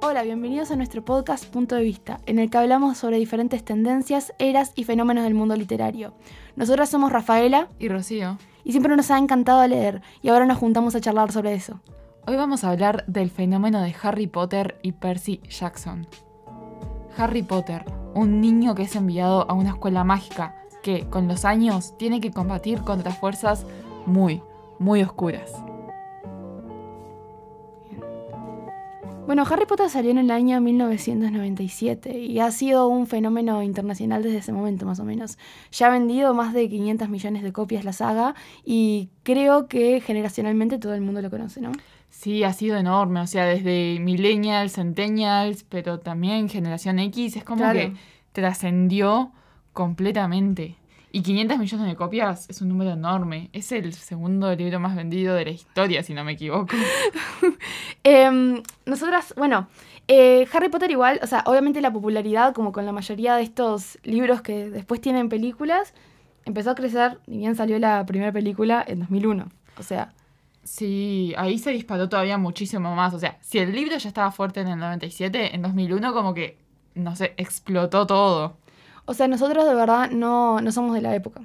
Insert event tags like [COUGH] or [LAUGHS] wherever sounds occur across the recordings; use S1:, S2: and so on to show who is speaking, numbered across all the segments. S1: Hola, bienvenidos a nuestro podcast Punto de Vista, en el que hablamos sobre diferentes tendencias, eras y fenómenos del mundo literario. Nosotras somos Rafaela
S2: y Rocío.
S1: y siempre nos ha encantado leer, y ahora nos juntamos a charlar sobre eso.
S2: Hoy vamos a hablar del fenómeno de Harry Potter y Percy Jackson. Harry Potter, un niño que es enviado a una escuela mágica que, con los años, tiene que combatir contra fuerzas muy, muy oscuras.
S1: Bueno, Harry Potter salió en el año 1997 y ha sido un fenómeno internacional desde ese momento más o menos. Ya ha vendido más de 500 millones de copias la saga y creo que generacionalmente todo el mundo lo conoce, ¿no?
S2: Sí, ha sido enorme, o sea, desde millennials, centennials, pero también generación X, es como
S1: Claro.
S2: que trascendió completamente. Y 500 millones de copias es un número enorme. Es el segundo libro más vendido de la historia, si no me equivoco.
S1: Em, nosotras, bueno, eh, Harry Potter igual, o sea, obviamente la popularidad, como con la mayoría de estos libros que después tienen películas, empezó a crecer, y bien salió la primera película en 2001. O sea,
S2: Sí, ahí se disparó todavía muchísimo más. O sea, si el libro ya estaba fuerte en el 97, en 2001 como que, no sé, explotó todo.
S1: o sea, nosotros de verdad no, no somos de la época.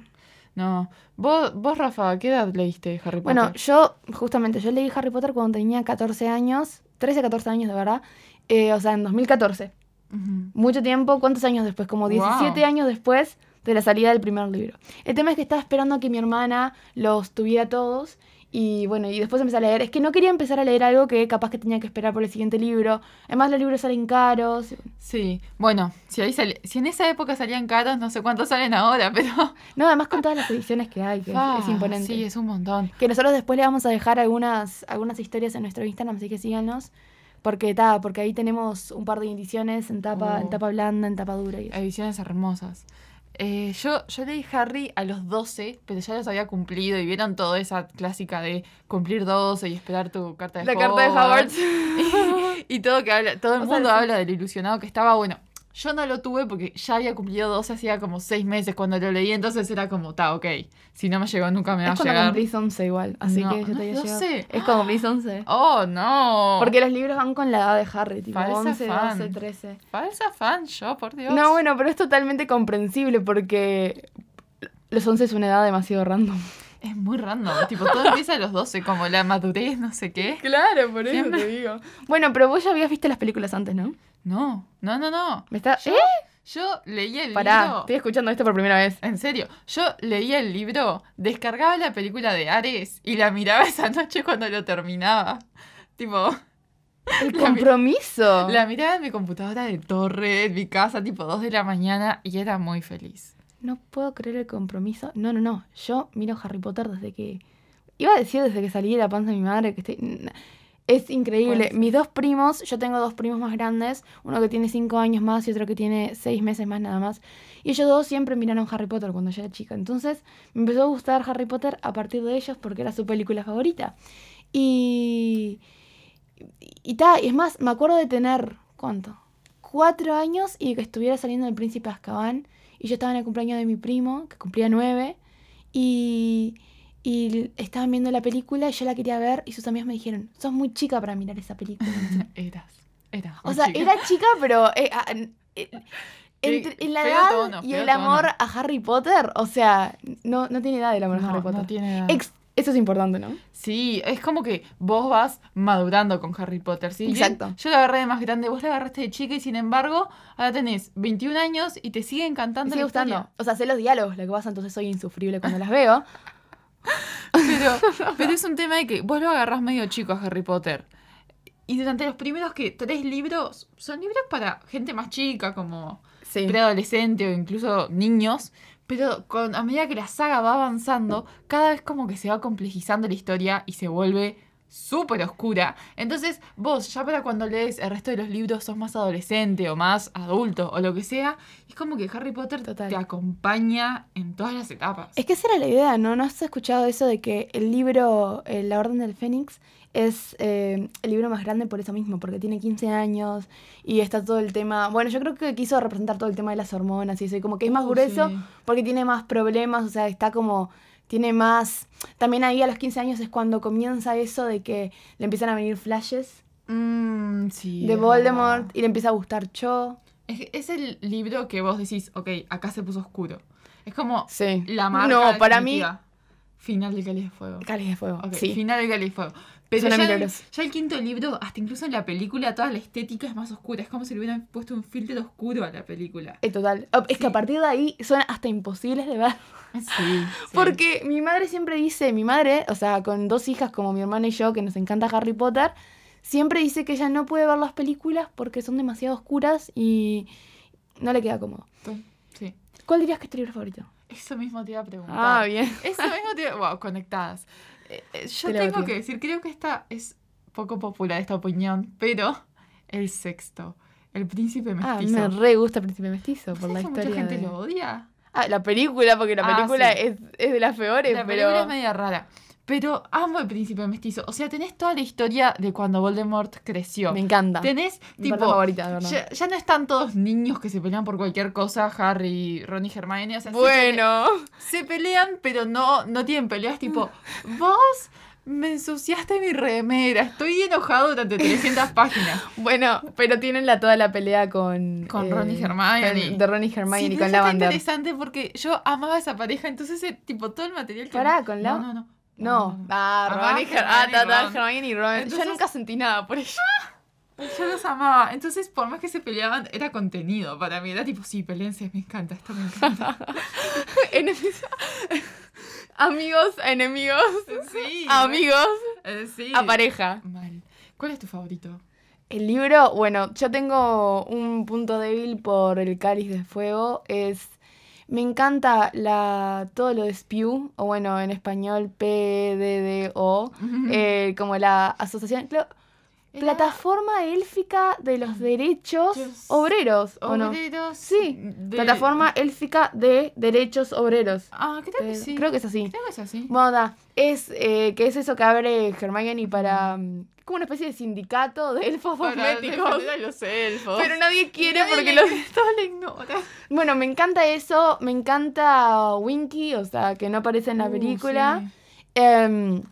S2: No. Vos, vos Rafa, ¿qué edad leíste Harry
S1: Bueno,
S2: Potter?
S1: yo, justamente, yo leí Harry Potter cuando tenía 14 años, 13, 14 años de verdad, eh, o sea, en 2014.
S2: Ujú.
S1: Mucho tiempo, ¿cuántos años después? Como
S2: Wow.
S1: 17 años después de la salida del primer libro. El tema es que estaba esperando que mi hermana los tuviera todos y bueno, y después empecé a leer. Es que no quería empezar a leer algo que capaz que tenía que esperar por el siguiente libro. Además los libros salen caros.
S2: Sí, bueno, si, ahí sali- si en esa época salían caros, no sé cuántos salen ahora, [LAUGHS] pero...
S1: No, además con todas las ediciones que hay, que es-
S2: Ah,
S1: es, imponente.
S2: Sí, es un montón.
S1: Que nosotros después le vamos a dejar algunas, algunas historias en nuestro Instagram, así que síganos. Porque ta, porque ahí tenemos un par de ediciones en tapa, en
S2: Oh.
S1: tapa blanda, en tapa dura y eso.
S2: Ediciones hermosas. Eh, yo, yo leí Harry a los 12, pero ya los había cumplido y vieron toda esa clásica de cumplir 12 y esperar tu carta de
S1: La carta de Hogwarts.
S2: [LAUGHS] y todo que habla, todo el
S1: O sea,
S2: mundo
S1: sí.
S2: habla del ilusionado que estaba. Bueno, yo no lo tuve porque ya había cumplido 12 hacía como 6 meses cuando lo leí, entonces era como, está, ok, si no me llegó nunca me
S1: Es
S2: va a
S1: cuando
S2: llegar.
S1: cumplís 11 igual, así
S2: No,
S1: que yo
S2: no
S1: te
S2: es
S1: voy a llegar.
S2: 12.
S1: Es cuando cumplís 11.
S2: Oh, no.
S1: Porque los libros van con la edad de Harry, tipo
S2: Falsa
S1: 11,
S2: fan.
S1: 12, 13.
S2: Falsa fan yo, por Dios.
S1: No, bueno, pero es totalmente comprensible porque los 11 es una edad demasiado
S2: [LAUGHS]
S1: random.
S2: Es muy random. tipo, todo empieza a los 12, como la madurez, no sé qué.
S1: Claro, por
S2: eso te
S1: digo. Bueno, pero vos ya habías visto las películas antes, ¿no?
S2: No, no, no, no.
S1: ¿Me está...
S2: Yo-
S1: ¿Eh?
S2: Yo leía el
S1: Pará,
S2: libro.
S1: estoy escuchando esto por primera
S2: [LAUGHS]
S1: vez.
S2: En serio, yo leía el libro, descargaba la película de Ares y la miraba esa noche cuando lo terminaba. Tipo,
S1: El
S2: mi-
S1: compromiso.
S2: la miraba en mi computadora de torre, en mi casa, tipo 2 de la mañana y era muy feliz.
S1: No puedo creer el compromiso. No, no, no. Yo miro Harry Potter desde que. Iba a decir desde que salí de la panza de mi madre que estoy. n- Es increíble.
S2: Puede ser.
S1: Mis dos primos, yo tengo dos primos más grandes, uno que tiene cinco años más y otro que tiene seis meses más nada más. Y ellos dos siempre miraron Harry Potter cuando yo era chica. Entonces me empezó a gustar Harry Potter a partir de ellos porque era su película favorita. Y. Y ta, y es más, me acuerdo de tener. ¿Cuánto? Cuatro años y que estuviera saliendo el príncipe Azkaban. Y yo estaba en el cumpleaños de mi primo, que cumplía nueve. Y, y estaban viendo la película y yo la quería ver. Y sus amigos me dijeron: Sos muy chica para mirar esa película.
S2: Eras. Eras.
S1: Mm. o
S2: [LAUGHS] muy
S1: sea,
S2: chica.
S1: era chica, pero. eh, ah, n- eh, entre- en la
S2: feo
S1: edad
S2: tono,
S1: y
S2: feo
S1: el amor
S2: tono.
S1: a Harry Potter, o sea, no, no tiene edad el amor a
S2: No,
S1: Harry Potter.
S2: no tiene edad.
S1: Ex- eso es importante, ¿no?
S2: Sí, es como que vos vas madurando con Harry Potter, ¿sí? Bien,
S1: Exacto.
S2: Yo la agarré de más grande, vos la agarraste de chica y sin embargo, ahora tenés 21 años y te sigue
S1: Me
S2: encantando
S1: sigue
S2: la
S1: gustando.
S2: historia.
S1: O sea, sé los diálogos, lo que pasa, entonces soy insufrible cuando las veo.
S2: [LAUGHS]
S1: [LAUGHS]
S2: Pero, pero es un tema de que vos lo agarrás medio chico a Harry Potter. Y durante los primeros que tres libros, son libros para gente más chica, como
S1: Sí.
S2: preadolescente o incluso niños, pero con, a medida que la saga va avanzando, cada vez como que se va complejizando la historia y se vuelve súper oscura. Entonces vos ya para cuando lees el resto de los libros sos más adolescente o más adulto o lo que sea, es como que Harry Potter
S1: Total.
S2: te acompaña en todas las etapas.
S1: Es que esa era la idea, ¿no? ¿No has escuchado eso de que el libro eh, La Orden del Fénix es eh, el libro más grande por eso mismo? Porque tiene 15 años y está todo el tema... Bueno, yo creo que quiso representar todo el tema de las hormonas y eso, y como que es más
S2: Uh,
S1: grueso
S2: sí.
S1: porque tiene más problemas, o sea, está como... Tiene más... También ahí a los 15 años es cuando comienza eso de que le empiezan a venir flashes
S2: Mm, sí.
S1: de
S2: es verdad.
S1: Voldemort y le empieza a gustar Cho.
S2: Es, que es el libro que vos decís, ok, acá se puso oscuro. Es como
S1: Sí.
S2: la marca.
S1: No, para mí,
S2: definitiva. Final del Cáliz de Fuego.
S1: Cáliz de Fuego.
S2: Ok,
S1: Sí.
S2: Final del Cáliz de Fuego. Pero
S1: Suena
S2: ya, el,
S1: milagroso.
S2: ya el quinto libro, hasta incluso en la película, toda la estética es más oscura. Es como si le hubieran puesto un filtro oscuro a la película.
S1: Eh, total. Es que a partir de ahí son hasta imposibles de ver.
S2: Sí. sí.
S1: Porque mi madre siempre dice, mi madre, o sea, con dos hijas como mi hermana y yo, que nos encanta Harry Potter, siempre dice que ella no puede ver las películas porque son demasiado oscuras y no le queda cómodo.
S2: Sí.
S1: ¿Cuál dirías que es tu libro favorito?
S2: Eso mismo te iba a preguntar.
S1: Ah, bien.
S2: [LAUGHS] Eso mismo te Wow, conectadas. Eh, eh, yo
S1: Te la
S2: tengo
S1: batí.
S2: que decir, creo que esta es poco popular esta opinión, pero el sexto, el príncipe
S1: Ah,
S2: mestizo.
S1: me re gusta Príncipe Mestizo
S2: ¿Vos
S1: por la
S2: sabés que
S1: historia.
S2: mucha gente
S1: de-
S2: lo odia.
S1: Ah, la película, porque la
S2: Ah,
S1: película
S2: sí.
S1: es, es de las peores,
S2: La
S1: pero.
S2: película es media rara. Pero amo el príncipe mestizo. O sea, tenés toda la historia de cuando Voldemort creció.
S1: Me encanta.
S2: Tenés,
S1: Mi parte
S2: tipo,
S1: favorita, de verdad.
S2: ya, ya no están todos niños que se pelean por cualquier cosa, Harry, Ron y Hermione. O sea, sí
S1: Bueno. [LAUGHS]
S2: se pelean, pero no, no tienen peleas tipo, vos me ensuciaste mi remera, estoy enojado
S1: [LAUGHS]
S2: durante 300 páginas.
S1: Bueno, pero tienen la, toda la pelea con. eh,
S2: Con Ron y Hermione.
S1: con- De Ron y Hermione
S2: Sí,
S1: y con
S2: pero eso está
S1: Lavander.
S2: interesante porque yo amaba esa pareja, entonces eh, tipo todo el material que...
S1: Pará, con
S2: No,
S1: Lav-
S2: no, no.
S1: No, ah,
S2: Ah,
S1: Ron y
S2: Hermione
S1: Her- ah,
S2: y
S1: ta, ta,
S2: Ron.
S1: Hermione y Ron.
S2: Entonces-
S1: Yo nunca sentí nada por ellos. [LAUGHS]
S2: Yo los amaba. Entonces, por más que se peleaban, era contenido para mí. Era tipo, sí, peleense, me encanta, esto me
S1: [LAUGHS]
S2: encanta.
S1: Enemigos- [LAUGHS] Amigos, a enemigos,
S2: sí.
S1: a amigos,
S2: eh, sí.
S1: a pareja.
S2: Mal. ¿Cuál es tu favorito?
S1: El libro, bueno, yo tengo un punto débil por el cáliz de fuego. Es. Me encanta la, todo lo de Spew, o bueno, en español, P-D-D-O. eh, como la asociación. creo-
S2: Era-
S1: plataforma élfica de los derechos
S2: Dios.
S1: obreros, ¿o no?
S2: Obreros.
S1: Sí,
S2: de-
S1: Plataforma élfica de derechos obreros.
S2: Ah, creo que
S1: Eh,
S2: sí.
S1: Creo que es así.
S2: Creo que es así.
S1: Bueno, nada, es eh, que es eso que abre Hermione para mm, como una especie de sindicato de elfos [LAUGHS]
S2: Para
S1: cosméticos.
S2: defender a los elfos.
S1: Pero nadie quiere
S2: Nadie
S1: porque
S2: le-
S1: los...
S2: [LAUGHS] todos la ignoran.
S1: Bueno, me encanta eso, me encanta Winky, o sea, que no aparece en la
S2: Uh,
S1: película.
S2: sí.
S1: Em,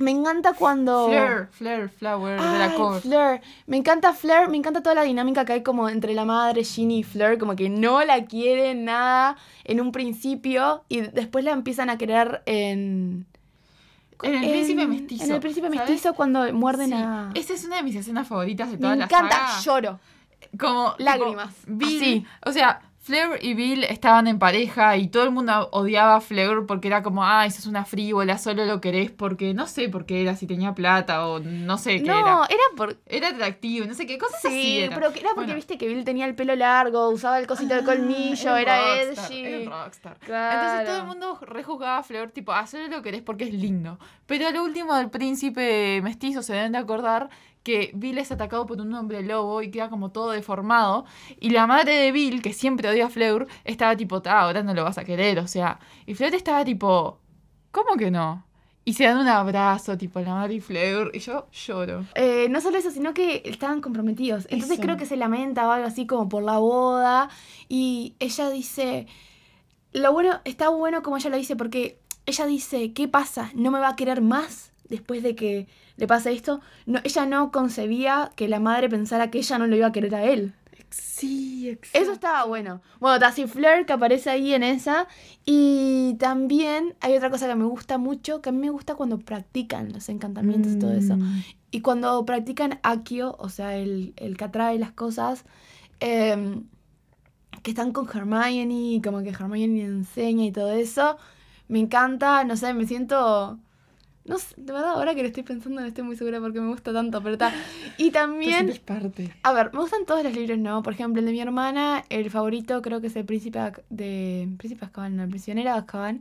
S1: me encanta cuando...
S2: Flair, Flair, Flower de la
S1: Ay,
S2: Cor.
S1: Fleur. Me encanta Fleur, me encanta toda la dinámica que hay como entre la madre, Ginny y Fleur, como que no la quieren nada en un principio y después la empiezan a querer en...
S2: En el príncipe mestizo.
S1: En el príncipe
S2: ¿sabes?
S1: mestizo cuando muerden
S2: Sí,
S1: a...
S2: Esa es una de mis escenas favoritas de
S1: me
S2: toda la
S1: encanta,
S2: saga.
S1: lloro.
S2: Como tipo,
S1: Lágrimas,
S2: Bill,
S1: así.
S2: o sea, Flair y Bill estaban en pareja y todo el mundo odiaba a Flair porque era como, ah, esa es una frívola, solo lo querés porque no sé por qué era, si tenía plata o no sé qué
S1: No,
S2: era.
S1: era, por...
S2: Era atractivo, no sé qué, cosas así.
S1: Sí,
S2: eran.
S1: pero que era porque
S2: Bueno.
S1: viste que Bill tenía el pelo largo, usaba el cosito de
S2: Ah,
S1: colmillo,
S2: un
S1: era,
S2: rockstar,
S1: edgy.
S2: era un rockstar.
S1: Claro.
S2: Entonces todo el mundo rejuzgaba a Fleur, tipo, hacer lo que querés porque es lindo. Pero al último del príncipe mestizo se deben de acordar que Bill es atacado por un hombre lobo y queda como todo deformado. Y la madre de Bill, que siempre odia a Fleur, estaba tipo, "Ta, ahora no lo vas a querer, o sea. Y Fleur estaba tipo, ¿cómo que no? Y se dan un abrazo, tipo, la madre y Fleur, y yo lloro.
S1: Eh, no solo eso, sino que estaban comprometidos. Entonces
S2: Eso.
S1: creo que se lamenta o algo así como por la boda. Y ella dice, lo bueno, está bueno como ella lo dice, porque ella dice, ¿qué pasa? ¿No me va a querer más después de que le pase esto? No, ella no concebía que la madre pensara que ella no lo iba a querer a él.
S2: Sí,
S1: Eso estaba bueno. Bueno, Tassie Fleur que aparece ahí en esa. Y también hay otra cosa que me gusta mucho, que a mí me gusta cuando practican los encantamientos y todo eso.
S2: Mm.
S1: Y cuando practican Akio, o sea, el, el que atrae las cosas, em, que están con Hermione, y como que Hermione le enseña y todo eso, me encanta, no sé, me siento... No sé, de verdad, ahora que lo estoy pensando no estoy muy segura porque me gusta tanto, pero está... Y también...
S2: parte.
S1: A ver, me gustan todos los libros, ¿no? Por ejemplo, el de mi hermana, el favorito creo que es el Príncipe Ac- de... Príncipe Azkaban, no, el prisionero de Azkaban,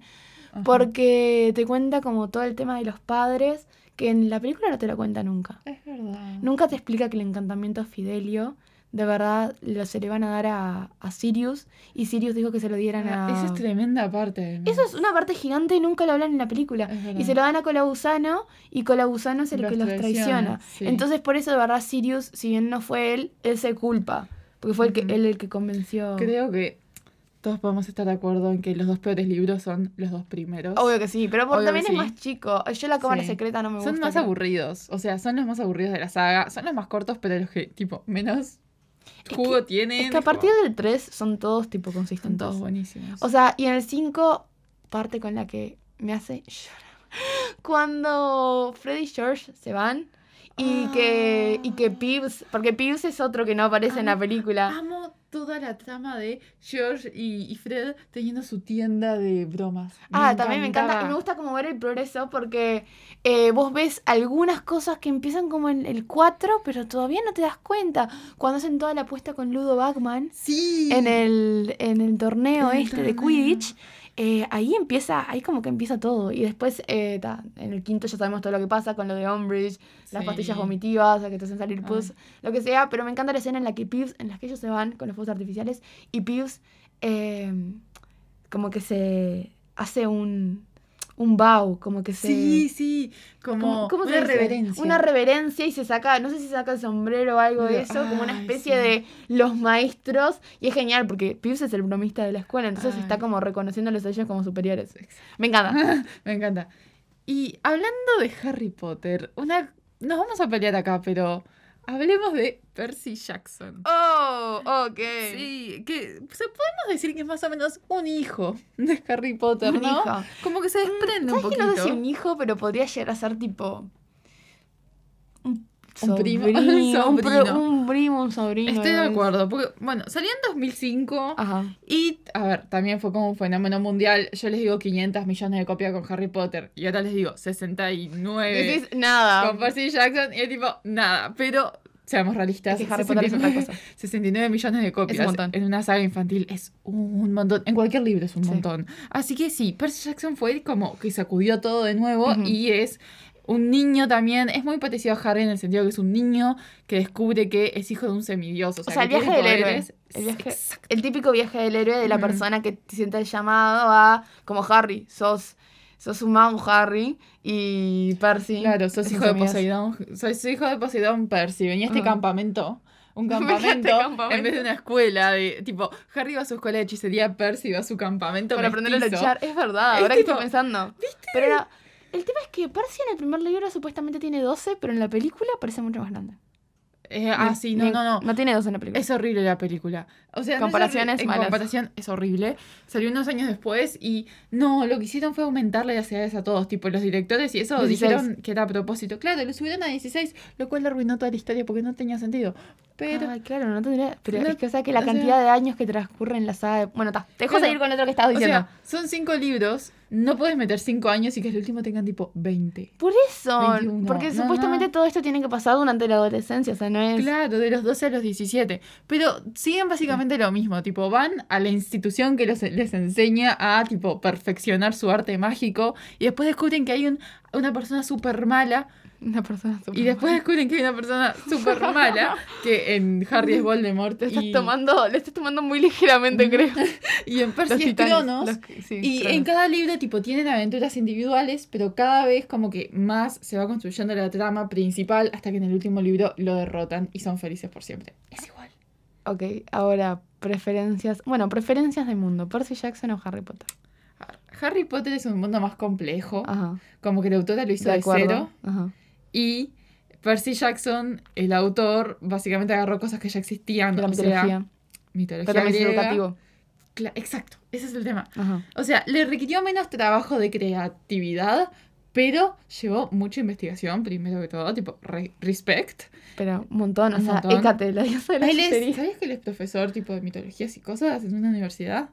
S1: porque te cuenta como todo el tema de los padres, que en la película no te lo cuenta nunca.
S2: Es verdad.
S1: Nunca te explica que el encantamiento Fidelio de verdad lo, se le van a dar a, a Sirius y Sirius dijo que se lo dieran
S2: Ah,
S1: a...
S2: Esa es tremenda parte. además.
S1: Eso es una parte gigante y nunca lo hablan en la película.
S2: Es verdad.
S1: Y se lo dan a Colagusano y Colagusano es el
S2: Ah, Los
S1: que los traiciona.
S2: traiciona, sí.
S1: Entonces por eso de verdad Sirius, si bien no fue él, él se culpa. Porque fue el que,
S2: Ujú.
S1: Oh. él el que convenció.
S2: Creo que todos podemos estar de acuerdo en que los dos peores libros son los dos primeros.
S1: Obvio que sí, pero por-
S2: Obvio que
S1: también
S2: sí.
S1: es más chico. Yo la cámara
S2: Sí.
S1: secreta no me gusta.
S2: son más
S1: creo.
S2: aburridos, o sea, son los más aburridos de la saga, son los más cortos, pero los que, tipo, menos jugo tienen.
S1: Es que a
S2: es
S1: partir
S2: como-
S1: del 3 son todos tipo
S2: Son
S1: consistentes.
S2: todos buenísimos.
S1: O sea, y en el 5, parte con la que me hace llorar. [LAUGHS] Cuando Freddy y George se van y
S2: Ah. Ah,
S1: que y que Pibbs, porque Pibbs es otro que no aparece en la
S2: Amo-
S1: película.
S2: Amo toda la trama de George y, y Fred teniendo su tienda de bromas.
S1: Ah, también me encanta. Y
S2: encantaba.
S1: me gusta como ver el progreso porque eh, vos ves algunas cosas que empiezan como en el 4, pero todavía no te das cuenta. Cuando hacen toda la apuesta con Ludo Bagman
S2: Sí.
S1: en el, en el torneo
S2: En el
S1: este de
S2: torneo.
S1: Quidditch, eh, ahí empieza, ahí como que empieza todo. Y después, eh, ta, en el quinto ya sabemos todo lo que pasa con lo de Umbridge, las
S2: Sí. Ah.
S1: pastillas vomitivas, la que te hacen salir
S2: Ay.
S1: pus, lo que sea. Pero me encanta la escena en la que Pibbs, en las que ellos se van con los fuegos artificiales y Pibbs eh, como que se hace un, un bow, como que se...
S2: Sí, sí.
S1: ¿Cómo-
S2: Como
S1: cómo se
S2: una
S1: dice?
S2: reverencia.
S1: Una reverencia y se saca, no sé si saca el sombrero o algo de
S2: Lo-
S1: eso, como una
S2: ay,
S1: especie
S2: sí.
S1: de los maestros. Y es genial porque Pips es el bromista de la escuela, entonces
S2: Ay.
S1: está como reconociéndolos a ellos como superiores.
S2: Exacto.
S1: Me encanta.
S2: [LAUGHS] me encanta. Y hablando de Harry Potter, una... nos vamos a pelear acá, pero hablemos de Percy Jackson.
S1: Oh, ok.
S2: Sí, que o sea, podemos decir que es más o menos un hijo de Harry Potter,
S1: Un
S2: ¿no?
S1: hijo. Mm,
S2: Como que se desprende un
S1: ¿Sabes que
S2: poquito.
S1: no sé si un hijo, pero podría llegar a ser tipo. Un,
S2: Un primo. [LAUGHS]
S1: sobrino, un, pro-
S2: Sobrino.
S1: un primo, un sobrino.
S2: Estoy de
S1: ¿no?
S2: acuerdo, porque, bueno, salió en 2005
S1: Ajá.
S2: y, a ver, también fue como un fenómeno mundial. Yo les digo 500 millones de copias con Harry Potter y ahora les digo 69
S1: Decís nada.
S2: con Percy Jackson y es tipo, nada, pero seamos realistas.
S1: Es que Harry Potter es otra
S2: 69
S1: cosa.
S2: 69 millones de copias
S1: montón.
S2: en una saga infantil es un montón. En cualquier libro es un
S1: Sí.
S2: montón. Así que sí, Percy Jackson fue como que sacudió todo de nuevo
S1: Ujú.
S2: y es un niño también. Es muy parecido a Harry en el sentido que es un niño que descubre que es hijo de un semidios. O sea,
S1: sea, el
S2: que
S1: viaje
S2: tiene
S1: del héroe.
S2: poderes.
S1: El viaje-
S2: Exacto.
S1: El típico viaje del héroe de la
S2: Ujú.
S1: persona que te siente el llamado a, como Harry, sos, sos un mago Harry y Percy.
S2: Claro, sos
S1: Esas
S2: hijo de
S1: amigas.
S2: Poseidón. Soy soy hijo de Poseidón Percy. Venía a este
S1: Ajá.
S2: campamento.
S1: [LAUGHS]
S2: Un
S1: Venía a este
S2: campamento, en vez
S1: campamento.
S2: de una escuela de tipo Harry va a su escuela de hechicería, Percy va a su campamento
S1: Para aprender a
S2: mestizo.
S1: luchar, es verdad,
S2: Es
S1: ahora que estoy
S2: tipo,
S1: pensando. Pero era- el tema es que Percy en el primer libro supuestamente tiene 12, pero en la película parece mucho más grande.
S2: Eh, ah,
S1: Me-
S2: sí, no,
S1: me-
S2: no, no.
S1: No tiene 12 en la película.
S2: Es horrible la película. O sea, no es
S1: Comparaciones
S2: horrible- en
S1: malas.
S2: comparación es horrible. Salió unos años después y no, lo que hicieron fue aumentarle las edades a todos, tipo los directores y eso
S1: 16.
S2: dijeron que era a propósito. Claro, lo subieron a 16, lo cual arruinó toda la historia porque no tenía sentido. Pero
S1: Ay, claro, no tendría. Pero
S2: No,
S1: es que, o sea, que la
S2: o
S1: cantidad
S2: sea-
S1: de años que transcurre en la saga. de- Bueno, ta, te dejo
S2: Claro.
S1: seguir con otro que estabas
S2: O
S1: diciendo.
S2: sea, son cinco libros, no puedes meter cinco años y que el último tengan tipo 20.
S1: por eso,
S2: 21,
S1: porque
S2: no,
S1: supuestamente
S2: no.
S1: todo esto tiene que pasar durante la adolescencia, o sea, no es.
S2: Claro, de los 12 a los 17. Pero siguen básicamente lo mismo, tipo, van a la institución que los- les enseña a, tipo, perfeccionar su arte mágico y después descubren que hay un- una persona súper mala
S1: Una persona
S2: y después descubren que hay una persona súper mala que en Harry es Voldemort
S1: Te estás
S2: y,
S1: tomando, le estás tomando muy ligeramente, creo.
S2: y en Percy
S1: Los
S2: es
S1: titanes,
S2: Cronos.
S1: los que- sí,
S2: Y
S1: Cronos.
S2: en cada libro, tipo, tienen aventuras individuales, pero cada vez como que más se va construyendo la trama principal hasta que en el último libro lo derrotan y son felices por siempre. Es igual.
S1: Ok, ahora, preferencias. Bueno, preferencias del mundo. Percy Jackson o Harry Potter.
S2: Harry Potter es un mundo más complejo,
S1: Ajá.
S2: como que la autora lo hizo
S1: Ah. De
S2: Oh, de,
S1: acuerdo.
S2: cero,
S1: Ajá.
S2: y Percy Jackson, el autor, básicamente agarró cosas que ya existían,
S1: De la
S2: o sea,
S1: mitología.
S2: mitología
S1: pero también es
S2: griega.
S1: educativo.
S2: Cla- Exacto, ese es el tema.
S1: Ajá.
S2: O sea, le requirió menos trabajo de creatividad, pero llevó mucha investigación, primero que todo, tipo, re- respect.
S1: Pero un montón. O
S2: Un
S1: sea,
S2: montón.
S1: Hécate, la diosa de la
S2: Él es- [LAUGHS]
S1: hechicería.
S2: ¿Sabías que él es profesor tipo de mitologías y cosas en una universidad?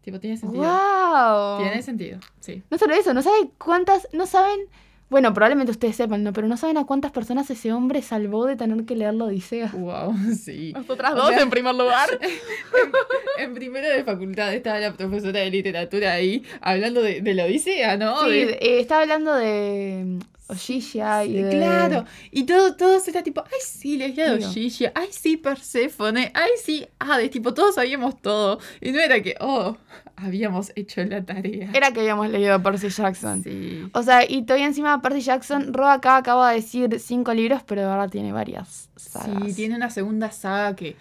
S2: Tipo, tiene sentido.
S1: ¡Wow!
S2: Tiene sentido, sí.
S1: No solo eso, no saben cuántas, no saben, bueno, probablemente ustedes sepan, ¿no? Pero no saben a cuántas personas ese hombre salvó de tener que leer la Odisea.
S2: Wow, [LAUGHS] sí.
S1: Nosotras
S2: O dos, sea-
S1: en primer lugar.
S2: [LAUGHS] En primero de facultad estaba la profesora de literatura ahí hablando de, de la Odisea, ¿no?
S1: Sí,
S2: De-
S1: eh, estaba hablando de mm, Oshilla y de...
S2: Claro, y todo, todos era tipo, ay sí, la isla de
S1: Digo.
S2: Oshishia, ay sí, Perséfone, ay sí, Hades, tipo, todos sabíamos todo. Y no era que, oh, habíamos hecho la tarea.
S1: Era que habíamos leído a Percy Jackson.
S2: Sí.
S1: O sea, y todavía encima Percy Jackson, Ro acá acaba de decir cinco libros, pero de verdad tiene varias sagas.
S2: Sí, tiene una segunda saga que,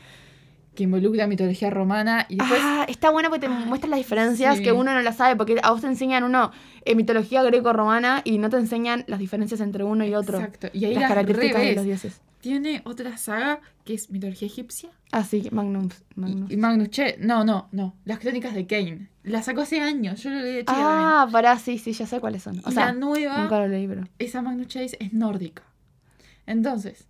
S2: que involucra mitología romana y después
S1: ah, está bueno porque te muestran las diferencias
S2: sí.
S1: que uno no las sabe, porque a vos te enseñan uno eh, mitología greco-romana y no te enseñan las diferencias entre uno y otro.
S2: Exacto. Y ahí
S1: Las
S2: las
S1: características de
S2: revés.
S1: los dioses.
S2: Tiene otra saga que es mitología egipcia.
S1: Así, Ah, Magnum. Magnum.
S2: Y, y Magnus Che. No, no, no. Las crónicas de Kane. La sacó hace años. Yo lo leí de chica también.
S1: ah, pará, sí, sí, ya sé cuáles son. O
S2: Y
S1: sea,
S2: la nueva,
S1: nunca lo leí, pero.
S2: esa Magnus Chase es nórdica. Entonces,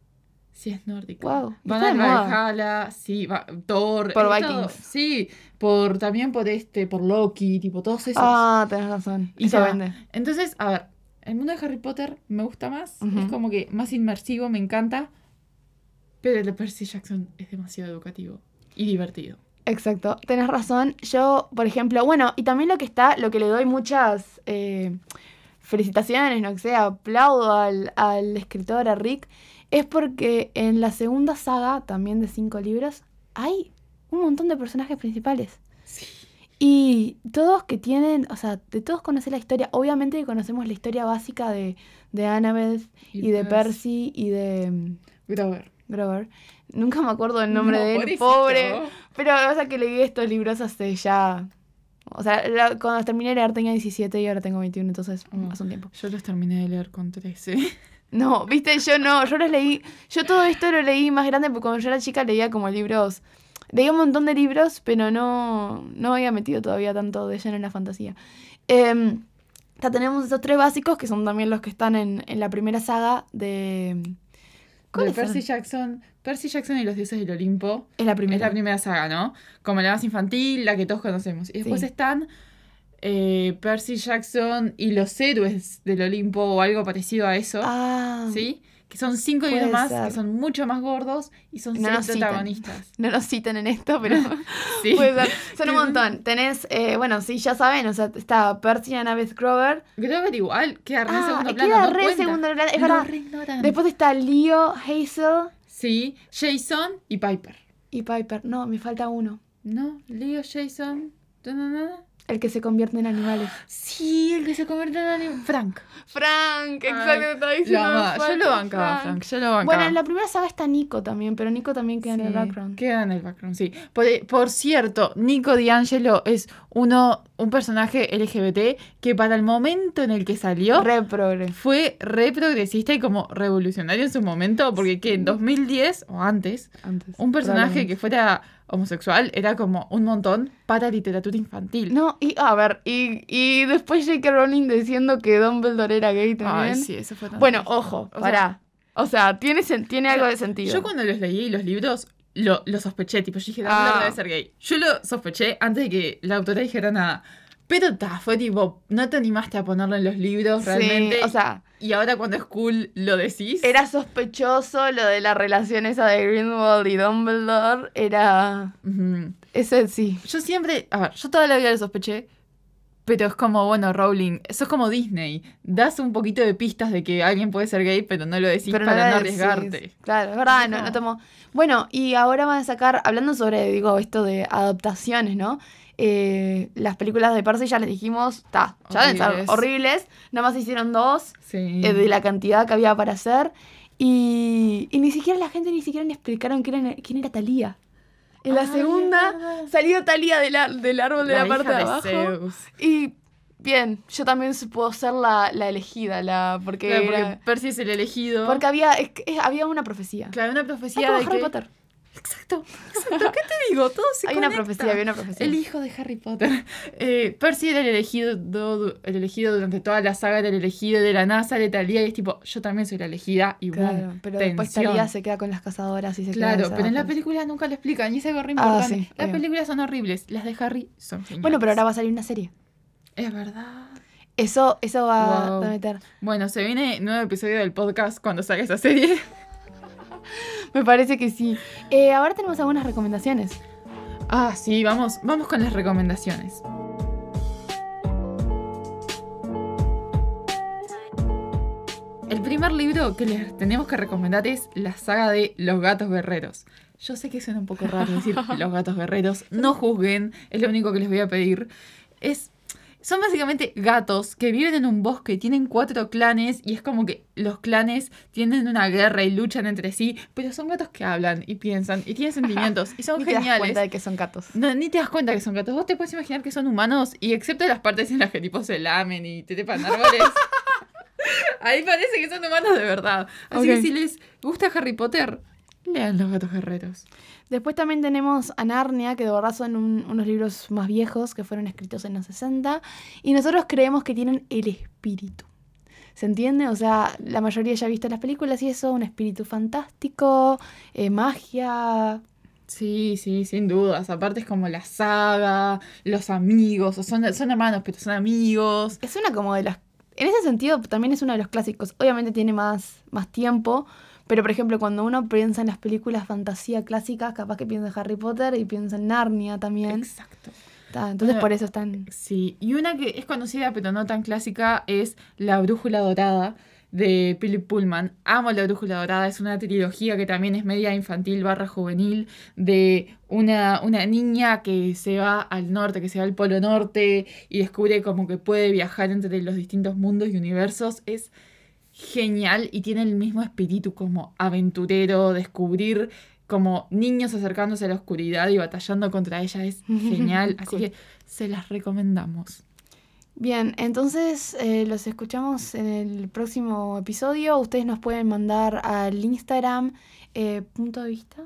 S2: sí es nórdica.
S1: Wow,
S2: Van
S1: está
S2: al
S1: de moda.
S2: Valhalla, sí, va- Thor,
S1: Por
S2: es todo.
S1: Vikings.
S2: Sí, por también por este, por Loki, tipo todos esos.
S1: Ah, tenés razón.
S2: Y
S1: Y se
S2: ya.
S1: vende.
S2: Entonces, a ver, el mundo de Harry Potter me gusta más, es
S1: Ujú.
S2: como que más inmersivo, me encanta, pero el de Percy Jackson es demasiado educativo y divertido.
S1: Exacto, tenés razón. Yo, por ejemplo, bueno, y también lo que está, lo que le doy muchas eh, felicitaciones, no que sea, aplaudo al, al escritor, a Rick, es porque en la segunda saga, también de cinco libros, hay un montón de personajes principales.
S2: Sí.
S1: Y todos que tienen, o sea, de todos conocer la historia, obviamente que conocemos la historia básica de, de Annabeth y, de Percy y de mm,
S2: Grover.
S1: Grover. Nunca me acuerdo el nombre
S2: No,
S1: de él,
S2: pobrecito.
S1: pobre. Pero o sea que leí estos libros hace ya. O sea, la- cuando terminé de leer tenía 17 y ahora tengo 21, entonces
S2: Mm.
S1: hace un tiempo.
S2: Yo los terminé de leer con 13.
S1: No, viste, yo no, yo los leí. Yo todo esto lo leí más grande porque cuando yo era chica leía como libros. Leía un montón de libros, pero no, no había metido todavía tanto de lleno en la fantasía. Eh, ya tenemos esos tres básicos que son también los que están en, en la primera saga de.
S2: De
S1: ¿Cuáles
S2: Percy
S1: son?
S2: Jackson, Percy Jackson y los dioses del Olimpo.
S1: Es la primera.
S2: Es la primera saga, ¿no? Como la más infantil, la que todos conocemos. Y después
S1: Sí.
S2: están eh, Percy Jackson y los héroes del Olimpo o algo parecido a eso.
S1: Ah,
S2: ¿Sí? Que son cinco
S1: Puede
S2: libros más,
S1: ser.
S2: que son mucho más gordos y son
S1: No
S2: seis
S1: nos citan.
S2: protagonistas.
S1: [GASPS] no nos citan en esto,
S2: [LAUGHS]
S1: pero.
S2: Sí.
S1: Puede ser.
S2: [LAUGHS]
S1: Son un
S2: Pero-
S1: montón. Tenés, eh, bueno, sí, ya saben, o sea, está Percy Annabeth Grover.
S2: Grover igual, queda re en
S1: Ah,
S2: segundo plano.
S1: queda
S2: no
S1: re
S2: cuenta.
S1: segundo plano, es
S2: No,
S1: verdad.
S2: re ignoran.
S1: Después está Leo, Hazel
S2: Sí, Jason y Piper.
S1: y Piper. No, me falta uno.
S2: No, Leo, Jason. na, na, na.
S1: El que se convierte en animales.
S2: Sí, el que se convierte en alien. [GASPS] Frank.
S1: Frank,
S2: exacto,
S1: está
S2: Lo amaba, Yo lo bancaba, Frank. Yo lo bancaba.
S1: Bueno, en la primera saga está Nico también, pero Nico también queda en el
S2: Sí,
S1: background.
S2: Queda en el background, sí. Por, eh, por cierto, Nico D'Angelo es uno, un personaje LGBT que para el momento en el que salió
S1: Re progre.
S2: fue re progresista y como revolucionario en su momento, porque que en 2010 o antes,
S1: Antes,
S2: un personaje
S1: probablemente.
S2: que fuera homosexual era como un montón para literatura infantil.
S1: No, y a ver, y, y después J.K. Rowling diciendo que Dumbledore era gay también.
S2: Ay, sí, eso fue tan
S1: Bueno,
S2: triste.
S1: ojo,
S2: O sea,
S1: pará. o sea, tiene, sen- tiene algo de sentido.
S2: Yo cuando los leí, los libros, lo, lo sospeché, tipo, yo dije, Dumbledore
S1: Ah.
S2: debe ser gay. Yo lo sospeché antes de que la autora dijera nada. Pero ta, fue tipo, no te animaste a ponerlo en los libros
S1: Sí,
S2: realmente.
S1: o sea,
S2: y ahora cuando es cool, lo decís.
S1: era sospechoso lo de la relación esa de Greenwald y Dumbledore. Era.
S2: Ujú.
S1: Ese sí.
S2: Yo siempre, a ver, yo toda la vida lo sospeché, pero es como, bueno, Rowling, eso es como Disney. Das un poquito de pistas de que alguien puede ser gay, pero no lo decís
S1: pero
S2: para no
S1: era de- sí,
S2: arriesgarte.
S1: es- claro, es verdad, no,
S2: No.
S1: no tomó. Bueno, y ahora van a sacar, hablando sobre, digo, esto de adaptaciones, ¿no? Eh, las películas de Percy ya les dijimos, está, ya deben ser
S2: Horribles.
S1: horribles. Nada más hicieron dos.
S2: Sí.
S1: eh, de la cantidad que había para hacer. Y, y ni siquiera la gente ni siquiera le explicaron quién era, quién era Talía. En la
S2: Ay, es
S1: segunda
S2: verdad.
S1: salió Talía del árbol de la,
S2: Ah, hija
S1: parte de
S2: de
S1: abajo.
S2: Zeus.
S1: Y bien, yo también su- puedo ser la, la elegida, la porque,
S2: Claro, porque
S1: era-
S2: Percy es el elegido.
S1: porque había, es que- es- había una profecía.
S2: Claro, una
S1: Está
S2: profecía
S1: como
S2: de
S1: Harry
S2: que...
S1: Potter.
S2: Exacto, exacto. ¿Qué te digo? Todo
S1: [LAUGHS]
S2: se
S1: Hay una
S2: conecta.
S1: profecía, había una profecía.
S2: El hijo de Harry Potter. Eh, Percy era el elegido, du- el elegido durante toda la saga, era el elegido de la NASA, de Talía, y es tipo, yo también soy la elegida, y boom,
S1: Claro, pero después
S2: tensión.
S1: Talía se queda con las cazadoras y se queda
S2: Claro,
S1: esa-
S2: pero en la película nunca lo explican, y es algo re
S1: Ah,
S2: importante.
S1: sí,
S2: Las
S1: obvio.
S2: películas son horribles, las de Harry son geniales.
S1: Bueno, pero ahora va a salir una serie.
S2: Es verdad.
S1: Eso, eso va
S2: Wow.
S1: a meter.
S2: Bueno, se viene nuevo episodio del podcast cuando salga esa serie.
S1: Me parece que sí. Eh, ahora tenemos algunas recomendaciones.
S2: Ah, sí, vamos, vamos con las recomendaciones. El primer libro que les tenemos que recomendar es la saga de Los Gatos Guerreros. Yo sé que suena
S1: [LAUGHS]
S2: un poco raro decir Los Gatos Guerreros, no juzguen, es lo único que les voy a pedir. Es, Son básicamente gatos que viven en un bosque, tienen cuatro clanes y es como que los clanes tienen una guerra y luchan entre sí, pero son gatos que hablan y piensan y
S1: [LAUGHS]
S2: tienen sentimientos y son
S1: Ni te das
S2: geniales.
S1: cuenta de que son gatos.
S2: No, ni te das cuenta que son gatos. Vos te puedes imaginar que son humanos y excepto las partes en las que tipo se lamen y te tepan árboles. Ahí parece que son humanos de verdad. Así
S1: Ok.
S2: que si les gusta Harry Potter, lean los gatos guerreros.
S1: Después también tenemos a Narnia, que de verdad son un- unos libros más viejos que fueron escritos en los 60. Y nosotros creemos que tienen el espíritu. ¿Se entiende? O sea, la mayoría ya ha visto las películas y eso, un espíritu fantástico, eh, magia.
S2: Sí, sí, sin dudas. Aparte es como la saga, los amigos. O son, son hermanos, pero son amigos.
S1: Es una como de las... En ese sentido también es uno de los clásicos. Obviamente tiene más, más tiempo, pero por ejemplo cuando uno piensa en las películas fantasía clásicas, capaz que piensa en Harry Potter y piensa en Narnia también.
S2: Exacto.
S1: Ta, entonces
S2: Bueno,
S1: por eso están...
S2: Sí, y una que es conocida pero no tan clásica es La Brújula Dorada de Philip Pullman. Amo La Brújula Dorada, es una trilogía que también es media infantil barra juvenil de una, una niña que se va al norte, que se va al Polo Norte y descubre como que puede viajar entre los distintos mundos y universos. Es genial y tiene el mismo espíritu como aventurero, descubrir como niños acercándose a la oscuridad y batallando contra ella es genial, así
S1: [LAUGHS] Cool.
S2: que se las recomendamos.
S1: Bien, entonces eh, los escuchamos en el próximo episodio. Ustedes nos pueden mandar al Instagram eh, punto de vista.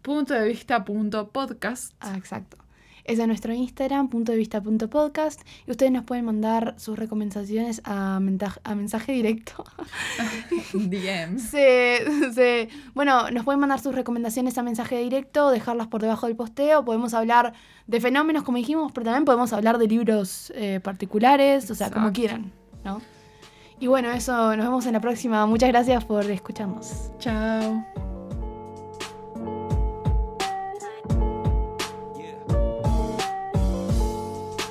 S2: Punto de vista punto podcast. [LAUGHS]
S1: Ah, exacto. Ese es nuestro Instagram, punto de vista punto podcast. Y ustedes nos pueden mandar sus recomendaciones a, menta- a mensaje directo.
S2: DMs.
S1: Se- se- bueno, nos pueden mandar sus recomendaciones a mensaje directo, dejarlas por debajo del posteo. Podemos hablar de fenómenos, como dijimos, pero también podemos hablar de libros eh, particulares, o sea, como
S2: Exacto.
S1: quieran, ¿no? Y bueno, eso, nos vemos en la próxima. Muchas gracias por escucharnos.
S2: Chao.